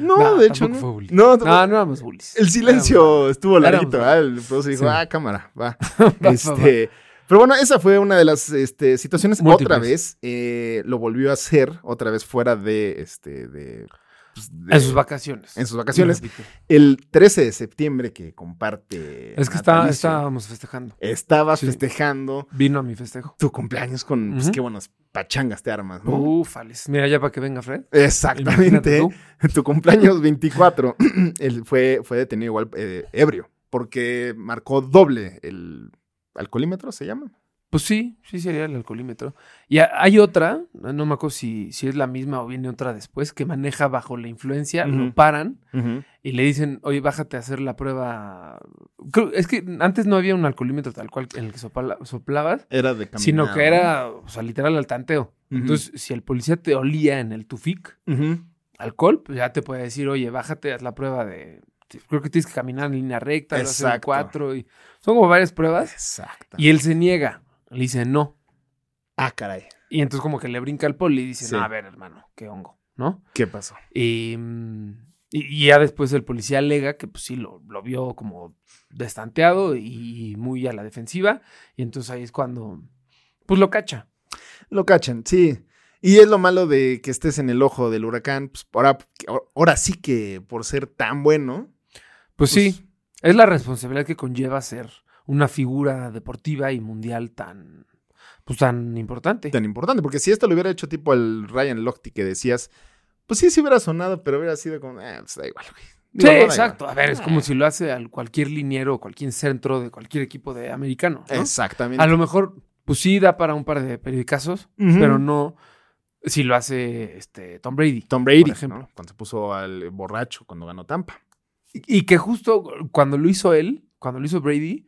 Speaker 2: No,
Speaker 3: No,
Speaker 2: de hecho.
Speaker 3: tampoco
Speaker 2: no.
Speaker 3: fue bully.
Speaker 2: No,
Speaker 3: No, (laughs)
Speaker 2: t-
Speaker 3: no éramos bullies.
Speaker 2: El silencio estuvo
Speaker 3: éramos-
Speaker 2: larguito, ¿verdad? El producer dijo,
Speaker 3: Sí.
Speaker 2: ah, cámara,
Speaker 3: (laughs)
Speaker 2: va.
Speaker 3: Éramos-
Speaker 2: Este, pero bueno, esa fue una de las este, situaciones. Otra
Speaker 3: Múltiples.
Speaker 2: vez eh, lo volvió a hacer, otra vez fuera de, este, de, pues, de-
Speaker 3: En sus vacaciones.
Speaker 2: en sus vacaciones.
Speaker 3: Repito.
Speaker 2: El 13 de septiembre que comparte.
Speaker 3: Es que está-
Speaker 2: natalicio,
Speaker 3: estábamos festejando.
Speaker 2: Estabas
Speaker 3: Sí.
Speaker 2: festejando
Speaker 3: Vino a mi festejo.
Speaker 2: tu cumpleaños con, pues,
Speaker 3: Ujú.
Speaker 2: qué buenas pachangas te armas, ¿no?
Speaker 3: Ufales. Mira, ya para que venga Fred.
Speaker 2: Exactamente.
Speaker 3: Imagínate tú.
Speaker 2: (laughs) Tu cumpleaños 24 (clears throat) él fue, fue detenido igual eh, ebrio, porque marcó doble el alcoholímetro, se llama.
Speaker 3: Pues sí, sí sería el alcoholímetro. Y ha- hay otra, ah, no no me acuerdo si, si es la misma o viene otra después, que maneja bajo la influencia,
Speaker 2: Ujú.
Speaker 3: lo paran y le dicen, oye, bájate a hacer la prueba. Creo- es que antes no había un alcoholímetro tal cual en el que sopla- soplabas,
Speaker 2: Era de caminar.
Speaker 3: sino que era, o sea, literal al tanteo.
Speaker 2: Ujú.
Speaker 3: Entonces, si el policía te olía en el tufic,
Speaker 2: Ujú.
Speaker 3: alcohol, pues ya te puede decir, oye, bájate, haz la prueba de... Creo que tienes que caminar en línea recta, lo hacen en
Speaker 2: Exacto.
Speaker 3: cuatro. Y... Son como varias pruebas.
Speaker 2: Exacto.
Speaker 3: Y él se niega. Le dice, no.
Speaker 2: Ah, caray.
Speaker 3: Y entonces como que le brinca al poli y dice,
Speaker 2: Sí.
Speaker 3: no, a ver, hermano, qué hongo. ¿no?
Speaker 2: ¿Qué pasó?
Speaker 3: Y, mm, y- y ya después el policía alega que pues sí, lo, lo vio como destanteado y muy a la defensiva. Y entonces ahí es cuando, pues lo cacha.
Speaker 2: Lo cachan, sí. Y es lo malo de que estés en el ojo del huracán. Pues ahora, ahora sí que por ser tan bueno.
Speaker 3: Pues, sí, es la responsabilidad que conlleva ser una figura deportiva y mundial tan, pues tan importante.
Speaker 2: Tan importante. Porque si esto lo hubiera hecho tipo el Ryan Lochte que decías, pues sí, sí hubiera sonado, pero hubiera sido como, eh, pues da igual, güey.
Speaker 3: Sí,
Speaker 2: Digo, Eh. no da igual.
Speaker 3: exacto. A ver, es como si lo hace al cualquier liniero o cualquier centro de cualquier equipo de americano. ¿no?
Speaker 2: Exactamente.
Speaker 3: A lo mejor, pues sí da para un par de periodicazos,
Speaker 2: Ujú.
Speaker 3: pero no si lo hace este, Tom Brady.
Speaker 2: Tom Brady,
Speaker 3: por ejemplo.
Speaker 2: ¿no? Cuando se puso al borracho cuando ganó Tampa.
Speaker 3: Y, y que justo cuando lo hizo él, cuando lo hizo Brady,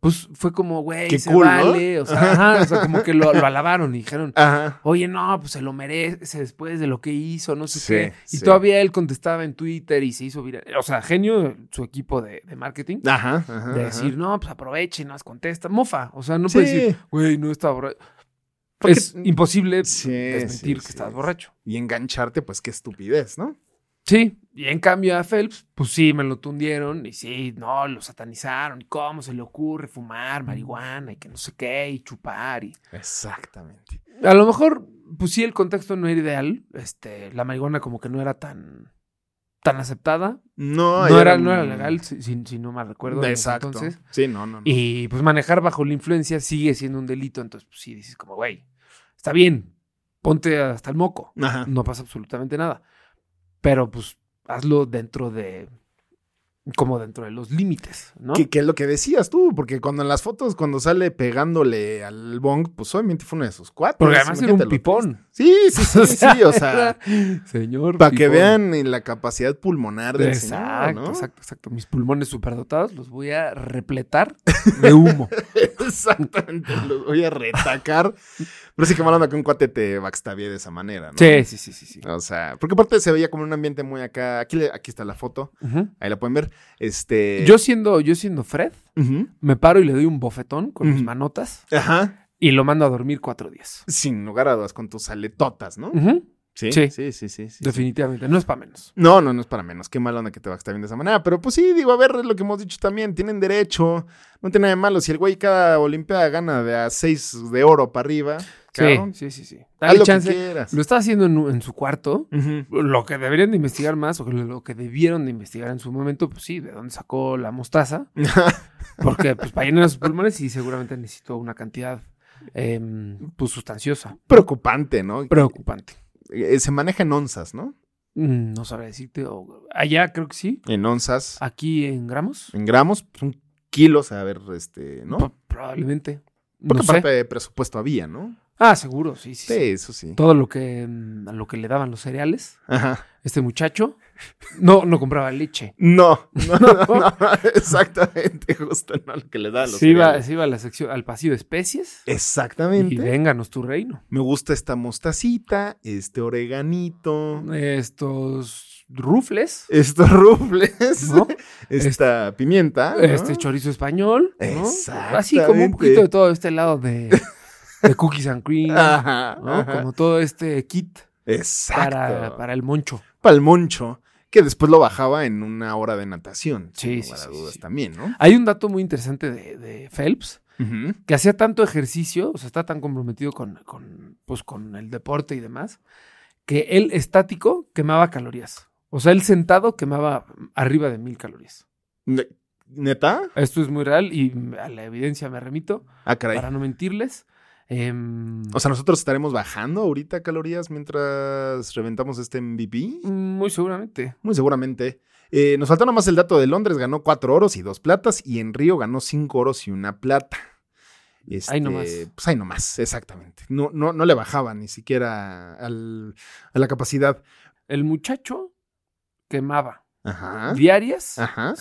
Speaker 3: pues fue como, güey,
Speaker 2: Qué
Speaker 3: se
Speaker 2: cool, ¿no?
Speaker 3: vale. O, sea, ajá, o sea, como que
Speaker 2: (laughs)
Speaker 3: lo, lo alabaron y dijeron,
Speaker 2: Ajá.
Speaker 3: oye, no, pues se lo merece después de lo que hizo, no sé
Speaker 2: Sí,
Speaker 3: qué. Y
Speaker 2: sí.
Speaker 3: todavía él contestaba en Twitter y se hizo viral. O sea, genio su equipo de, de marketing.
Speaker 2: Ajá. ajá,
Speaker 3: De
Speaker 2: ajá.
Speaker 3: decir, no, pues aprovechen, nos contesta. Mofa. O sea, no
Speaker 2: Sí.
Speaker 3: puedes decir, güey, no está borracho.
Speaker 2: Porque-
Speaker 3: Es imposible
Speaker 2: Sí,
Speaker 3: desmentir que
Speaker 2: sí, sí,
Speaker 3: estás
Speaker 2: sí.
Speaker 3: borracho.
Speaker 2: Y engancharte, pues qué estupidez, ¿no?
Speaker 3: Sí. Y en cambio a Phelps, pues sí, me lo tundieron. Y sí, no, lo satanizaron. ¿Y cómo se le ocurre fumar marihuana y que no sé qué y chupar? Y...
Speaker 2: Exactamente.
Speaker 3: A lo mejor, pues sí, el contexto no era ideal. Este, la marihuana como que no era tan, tan aceptada.
Speaker 2: No,
Speaker 3: no,
Speaker 2: ahí
Speaker 3: era,
Speaker 2: un-
Speaker 3: no era legal, si, si- si no mal recuerdo. en ese
Speaker 2: Exacto.
Speaker 3: Entonces.
Speaker 2: sí, no, no. no.
Speaker 3: Y pues manejar bajo la influencia sigue siendo un delito. Entonces, pues sí, dices como, güey, está bien, ponte hasta el moco.
Speaker 2: Ajá.
Speaker 3: No pasa absolutamente nada. Pero pues hazlo dentro de, como dentro de los límites, ¿no?
Speaker 2: Que, que es lo que decías tú, porque cuando en las fotos, cuando sale pegándole al bong, pues obviamente fue uno de sus cuatro.
Speaker 3: Porque además era un pipón.
Speaker 2: Sí, sí, sí, sí, (laughs) o sea,
Speaker 3: era- (laughs) señor.
Speaker 2: para que
Speaker 3: pipón.
Speaker 2: vean en la capacidad pulmonar del
Speaker 3: Exacto,
Speaker 2: señor, ¿no?
Speaker 3: exacto, exacto. Mis pulmones superdotados los voy a
Speaker 2: (laughs)
Speaker 3: repletar de humo.
Speaker 2: Exactamente, los voy a retacar. Pero sí que mala onda que un cuate te backstabie de esa manera, ¿no?
Speaker 3: sí, sí, sí, sí. sí.
Speaker 2: O sea, porque aparte se veía como un ambiente muy acá. Aquí, le- aquí está la foto,
Speaker 3: Ujú.
Speaker 2: ahí la pueden ver. Este.
Speaker 3: Yo siendo, yo siendo Fred,
Speaker 2: Ujú.
Speaker 3: me paro y le doy un bofetón con mis
Speaker 2: Ujú.
Speaker 3: manotas
Speaker 2: Ajá.
Speaker 3: y lo mando a dormir cuatro días.
Speaker 2: Sin lugar a dudas, con tus aletotas, ¿no?
Speaker 3: Ujú, Sí.
Speaker 2: sí, sí, sí. sí, sí.
Speaker 3: Definitivamente, no es para menos.
Speaker 2: No, no, no es para menos. Qué mala onda que te va a estar bien de esa manera. Pero pues sí, digo, a ver, es lo que hemos dicho también. Tienen derecho. No tiene nada de malo. Si el güey cada Olimpiada gana de a seis de oro para arriba, cabrón,
Speaker 3: Sí, sí, sí, sí.
Speaker 2: haz
Speaker 3: Dale
Speaker 2: lo
Speaker 3: chance.
Speaker 2: que quieras.
Speaker 3: Lo está haciendo en, en su cuarto.
Speaker 2: Ujú.
Speaker 3: Lo que deberían de investigar más, o lo que debieron de investigar en su momento, pues sí, de dónde sacó la mostaza.
Speaker 2: (laughs)
Speaker 3: Porque pues para llenar sus pulmones y seguramente necesitó una cantidad em, pues sustanciosa.
Speaker 2: Preocupante, ¿no?
Speaker 3: Preocupante.
Speaker 2: Eh, se maneja en onzas, ¿no?
Speaker 3: Mm, No sabré decirte. o- allá creo que sí.
Speaker 2: En onzas.
Speaker 3: Aquí en gramos.
Speaker 2: En gramos, pues, un kilo, o sea, a ver, este, ¿no?
Speaker 3: Pro- probablemente. Pues, No
Speaker 2: Porque
Speaker 3: sé.
Speaker 2: aparte de presupuesto había, ¿no?
Speaker 3: Ah, seguro, sí, sí.
Speaker 2: Sí,
Speaker 3: sí.
Speaker 2: eso sí.
Speaker 3: Todo lo que, mm, a lo que le daban los cereales.
Speaker 2: Ajá.
Speaker 3: este muchacho no, no compraba leche.
Speaker 2: No, no,
Speaker 3: (laughs)
Speaker 2: no, no, exactamente, justo no lo que le da (laughs) a los
Speaker 3: Se iba,
Speaker 2: cereales.
Speaker 3: se iba a la sección, al pasillo de especies y
Speaker 2: Exactamente.
Speaker 3: vénganos tu reino.
Speaker 2: Me gusta esta mostacita, este oreganito,
Speaker 3: Estos rufles,
Speaker 2: estos rufles, (laughs)
Speaker 3: ¿no?
Speaker 2: esta pimienta. Ah, ¿no?
Speaker 3: este chorizo español, ¿no? así como un
Speaker 2: Exactamente.
Speaker 3: poquito de todo este lado de, de cookies and cream,
Speaker 2: (laughs) Ajá,
Speaker 3: ¿no?
Speaker 2: ajá.
Speaker 3: como todo este kit
Speaker 2: Exacto.
Speaker 3: para, para el moncho.
Speaker 2: Para el moncho, que después lo bajaba en una hora de natación.
Speaker 3: Sí,
Speaker 2: sin
Speaker 3: sí,
Speaker 2: lugar a
Speaker 3: sí,
Speaker 2: dudas
Speaker 3: sí.
Speaker 2: también, ¿no?
Speaker 3: Hay un dato muy interesante de, de Phelps
Speaker 2: Ujú.
Speaker 3: que hacía tanto ejercicio, o sea, está tan comprometido con, con, pues, con el deporte y demás, que él estático quemaba calorías. O sea, él sentado quemaba arriba de mil calorías.
Speaker 2: Ne- ¿Neta?
Speaker 3: Esto es muy real y a la evidencia me remito
Speaker 2: Ah, caray.
Speaker 3: para no mentirles. Em,
Speaker 2: O sea, nosotros estaremos bajando ahorita calorías mientras reventamos este MVP.
Speaker 3: muy seguramente.
Speaker 2: Muy seguramente. Eh, nos falta nomás el dato de Londres, ganó cuatro oros y dos platas, y en Río ganó cinco oros y una plata. Este,
Speaker 3: Ahí nomás.
Speaker 2: Pues ahí nomás, exactamente. No, no, no le bajaba ni siquiera al- a la capacidad.
Speaker 3: El muchacho quemaba
Speaker 2: Ajá.
Speaker 3: diarias
Speaker 2: Ah. Ajá.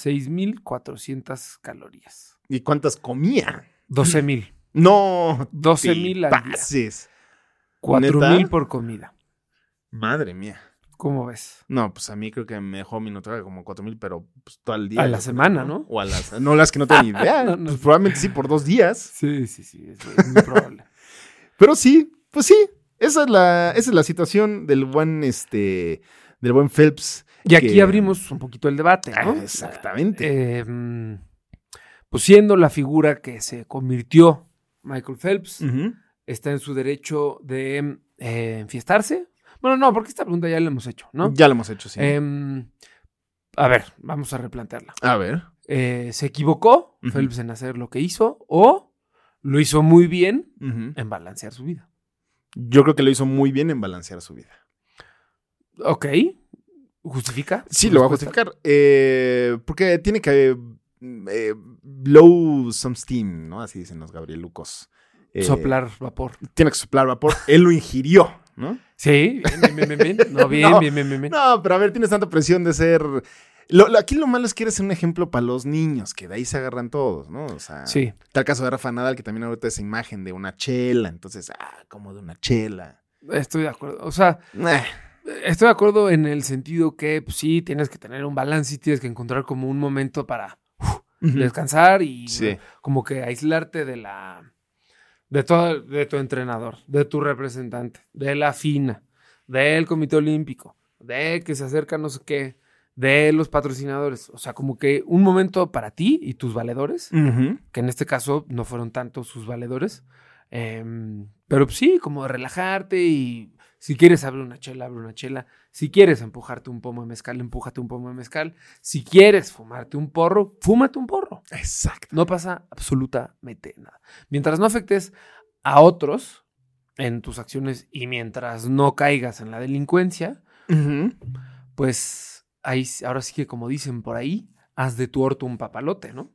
Speaker 3: 6.400 calorías.
Speaker 2: ¿Y cuántas comía? (laughs)
Speaker 3: 12.000.
Speaker 2: No.
Speaker 3: 12.000 al día.
Speaker 2: pases.
Speaker 3: 4.000 por comida.
Speaker 2: Madre mía.
Speaker 3: ¿Cómo ves?
Speaker 2: No, pues a mí creo que me dejó mi nota como cuatro mil, pero pues todo el día.
Speaker 3: A la
Speaker 2: yo creo,
Speaker 3: semana, ¿no?
Speaker 2: O a las. No, las que no
Speaker 3: (laughs)
Speaker 2: tengo ni idea.
Speaker 3: No, no.
Speaker 2: Pues probablemente sí por dos días.
Speaker 3: Sí, sí, sí, es muy probable.
Speaker 2: Pero sí, pues sí. Esa es la, esa es la situación del buen, este, del buen Phelps.
Speaker 3: (laughs) Y aquí
Speaker 2: que-
Speaker 3: abrimos un poquito el debate, ¿no?
Speaker 2: Ah, Exactamente.
Speaker 3: Eh, mm, pues siendo la figura que se convirtió Michael Phelps,
Speaker 2: eh, Ujú.
Speaker 3: está en su derecho de eh, enfiestarse. Bueno, no, porque esta pregunta ya la hemos hecho, ¿no?
Speaker 2: Ya lo hemos hecho, sí.
Speaker 3: Em, a ver, vamos a replantearla.
Speaker 2: a ver.
Speaker 3: Eh, ¿Se equivocó
Speaker 2: Ujú.
Speaker 3: Phelps en hacer lo que hizo o lo hizo muy bien
Speaker 2: Ujú.
Speaker 3: en balancear su vida?
Speaker 2: Yo creo que lo hizo muy bien en balancear su vida.
Speaker 3: Ok. ¿Justifica?
Speaker 2: Sí,
Speaker 3: su
Speaker 2: lo va a
Speaker 3: respuesta?
Speaker 2: justificar. eh, porque tiene que. eh, blow some steam, ¿no? Así dicen los gabrielucos. Eh,
Speaker 3: Soplar vapor.
Speaker 2: Tiene que soplar vapor. Él lo ingirió,
Speaker 3: (laughs)
Speaker 2: ¿no?
Speaker 3: Sí, bien, bien, bien, bien.
Speaker 2: (laughs)
Speaker 3: No, bien,
Speaker 2: No,
Speaker 3: bien, bien, bien, bien.
Speaker 2: No, pero a ver, tienes tanta presión de ser. Lo, lo- aquí lo malo es que eres un ejemplo para los niños, que de ahí se agarran todos, ¿no? O sea,
Speaker 3: Sí.
Speaker 2: tal caso de Rafa Nadal, que también ahorita esa imagen de una chela, entonces, ah, como de una chela.
Speaker 3: Estoy de acuerdo. O sea,
Speaker 2: Eh,
Speaker 3: estoy de acuerdo en el sentido que pues, sí, tienes que tener un balance y tienes que encontrar como un momento para descansar y
Speaker 2: Sí.
Speaker 3: como que aislarte de la de todo de tu entrenador, de tu representante, de la FINA, del Comité Olímpico, de que se acerca no sé qué, de los patrocinadores, o sea, como que un momento para ti y tus valedores
Speaker 2: Ujú.
Speaker 3: que en este caso no fueron tanto sus valedores. Em, pero pues, sí, como relajarte y si quieres abre una chela, abre una chela. Si quieres empujarte un pomo de mezcal, empújate un pomo de mezcal. Si quieres fumarte un porro, fúmate un porro.
Speaker 2: Exacto.
Speaker 3: No pasa absolutamente nada. Mientras no afectes a otros en tus acciones y mientras no caigas en la delincuencia,
Speaker 2: Ujú.
Speaker 3: pues ahí, s- ahora sí que como dicen por ahí, haz de tu orto un papalote, ¿no?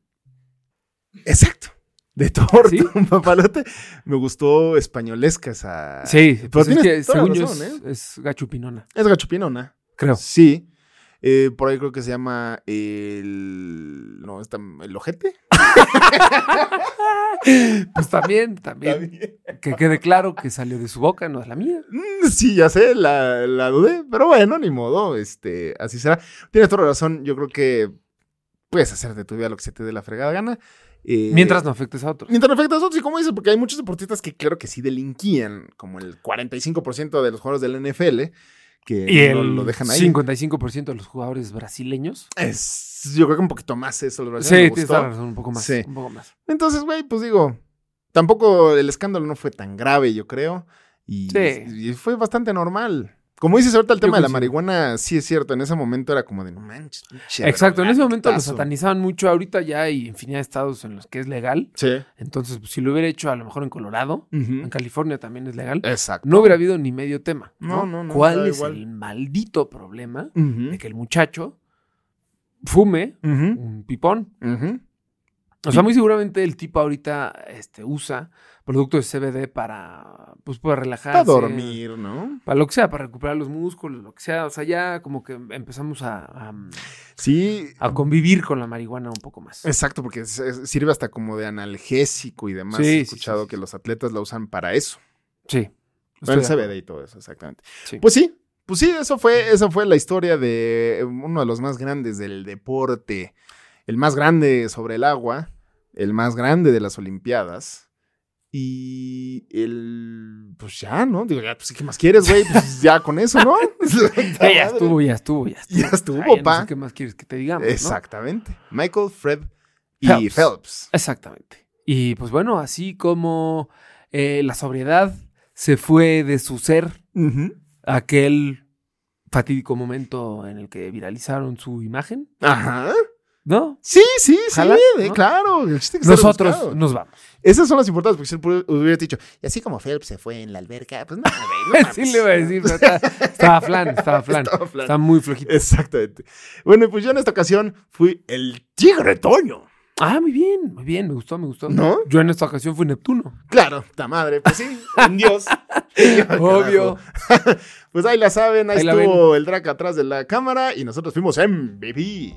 Speaker 2: Exacto. De torta, (laughs)
Speaker 3: ¿Sí?
Speaker 2: un papalote. Me gustó españolesca esa.
Speaker 3: Sí, pues es
Speaker 2: tienes
Speaker 3: que
Speaker 2: toda la
Speaker 3: según yo
Speaker 2: razón,
Speaker 3: es, es gachupinona,
Speaker 2: Es gachupinona.
Speaker 3: creo.
Speaker 2: Sí. Eh, por ahí creo que se llama el. No, está el ojete.
Speaker 3: (laughs)
Speaker 2: (laughs)
Speaker 3: Pues también, también. Que quede claro que salió de su boca, no es la mía.
Speaker 2: Mm, Sí, ya sé, la, la dudé, pero bueno, ni modo, este, así será. Tienes toda la razón, yo creo que puedes hacer de tu vida lo que se te dé la fregada gana. eh,
Speaker 3: Mientras no afectes a otros.
Speaker 2: Mientras no afecta a otros, y como dices, porque hay muchos deportistas que claro que sí delinquían, como el 45% de los jugadores del NFL, que
Speaker 3: Y
Speaker 2: no
Speaker 3: el
Speaker 2: lo dejan ahí.
Speaker 3: 55% de los jugadores brasileños.
Speaker 2: Es- yo creo que un poquito más eso lo
Speaker 3: Sí,
Speaker 2: me
Speaker 3: tienes
Speaker 2: Pues gustó.
Speaker 3: toda la razón, un poco más.
Speaker 2: Sí.
Speaker 3: Un poco más.
Speaker 2: Entonces, güey, pues digo, tampoco el escándalo no fue tan grave, yo creo. Y,
Speaker 3: Sí.
Speaker 2: y fue bastante normal. Como dices ahorita, el
Speaker 3: Yo
Speaker 2: tema de la
Speaker 3: coincido.
Speaker 2: marihuana, sí es cierto. En ese momento era como de no manches. pinche
Speaker 3: Exacto, en ese momento lo
Speaker 2: drogadictazo".
Speaker 3: satanizaban mucho. Ahorita ya hay infinidad de estados en los que es legal.
Speaker 2: Sí.
Speaker 3: Entonces, pues, si lo hubiera hecho a lo mejor en Colorado,
Speaker 2: Ujú.
Speaker 3: en California también es legal,
Speaker 2: Exacto.
Speaker 3: no hubiera habido ni medio tema.
Speaker 2: No, no, no,
Speaker 3: ¿Cuál
Speaker 2: da
Speaker 3: es
Speaker 2: igual.
Speaker 3: el maldito problema
Speaker 2: Ujú.
Speaker 3: de que el muchacho fume
Speaker 2: Ujú.
Speaker 3: un pipón?
Speaker 2: Ujú.
Speaker 3: O sea, muy seguramente el tipo ahorita este, usa productos de CBD para, pues, para relajarse.
Speaker 2: Para dormir, ¿no?
Speaker 3: Para lo que sea, para recuperar los músculos, lo que sea. O sea, ya como que empezamos a, a,
Speaker 2: Sí.
Speaker 3: a convivir con la marihuana un poco más.
Speaker 2: Exacto, porque es- es- sirve hasta como de analgésico y demás.
Speaker 3: Sí,
Speaker 2: He
Speaker 3: sí,
Speaker 2: escuchado
Speaker 3: sí, sí.
Speaker 2: que los atletas la usan para eso.
Speaker 3: Sí.
Speaker 2: Bueno,
Speaker 3: Estoy de
Speaker 2: CBD y todo eso, exactamente.
Speaker 3: Sí.
Speaker 2: Pues sí, pues sí, eso fue, esa fue la historia de eh, uno de los más grandes del deporte, el más grande sobre el agua, el más grande de las Olimpiadas. Y el. Pues ya, ¿no? Digo, ya, pues, ¿qué más quieres, güey?
Speaker 3: (laughs)
Speaker 2: Pues ya con eso, ¿no?
Speaker 3: acuerdo. Ya, ya estuvo, ya estuvo, ya estuvo.
Speaker 2: Ya estuvo,
Speaker 3: Ay, ya no
Speaker 2: pa.
Speaker 3: sé ¿Qué más quieres que te digamos? no?
Speaker 2: Exactamente. Michael, Fred y
Speaker 3: Phelps.
Speaker 2: Phelps.
Speaker 3: Exactamente. Y pues bueno, así como eh, la sobriedad se fue de su ser
Speaker 2: Ujú.
Speaker 3: aquel fatídico momento en el que viralizaron su imagen,
Speaker 2: Ajá.
Speaker 3: ¿no?
Speaker 2: Sí, sí, sí,
Speaker 3: Ojalá,
Speaker 2: de-
Speaker 3: ¿no?
Speaker 2: claro. el chiste que sea rebuscado.
Speaker 3: Nosotros nos vamos.
Speaker 2: Esas son las importantes, porque si él hubiera dicho, y así como Phelps se fue en la alberca, pues no, güey, no
Speaker 3: (laughs)
Speaker 2: mames.
Speaker 3: Sí le iba a decir, pero está- estaba flan, estaba flan.
Speaker 2: (laughs) Estaba flan.
Speaker 3: Está muy flojito.
Speaker 2: Exactamente. Bueno, y pues yo en esta ocasión fui el tigre Toño.
Speaker 3: Ah, muy bien, muy bien, me gustó, me gustó.
Speaker 2: ¿No?
Speaker 3: Yo en esta ocasión fui Neptuno.
Speaker 2: Claro, ta madre, pues sí, un dios.
Speaker 3: (laughs) Obvio.
Speaker 2: Carajo. pues ahí la saben, ahí,
Speaker 3: Ahí la
Speaker 2: estuvo el drag atrás de la cámara y nosotros fuimos MVP.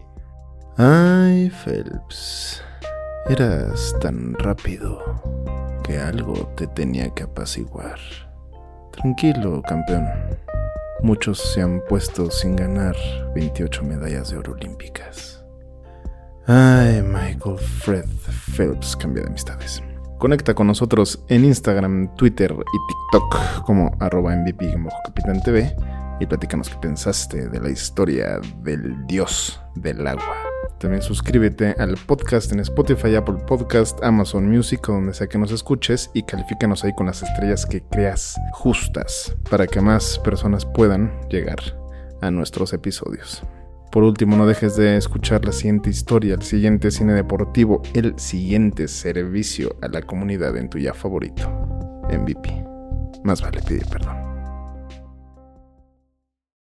Speaker 2: Ay, Phelps, eras tan rápido que algo te tenía que apaciguar.
Speaker 4: Tranquilo, campeón. Muchos se han puesto sin ganar 28 medallas de oro olímpicas. Ay, Michael Fred Phelps, cambia de amistades.
Speaker 2: Conecta con nosotros en Instagram, Twitter y TikTok como arroba MVP-CapitánTV y platícanos qué pensaste de la historia del dios del agua. También suscríbete al podcast en Spotify, Apple Podcast, Amazon Music o donde sea que nos escuches y califícanos ahí con las estrellas que creas justas para que más personas puedan llegar a nuestros episodios. Por último, no dejes de escuchar la siguiente historia, el siguiente cine deportivo, el siguiente servicio a la comunidad en tu ya favorito. MVP. Más vale pedir perdón.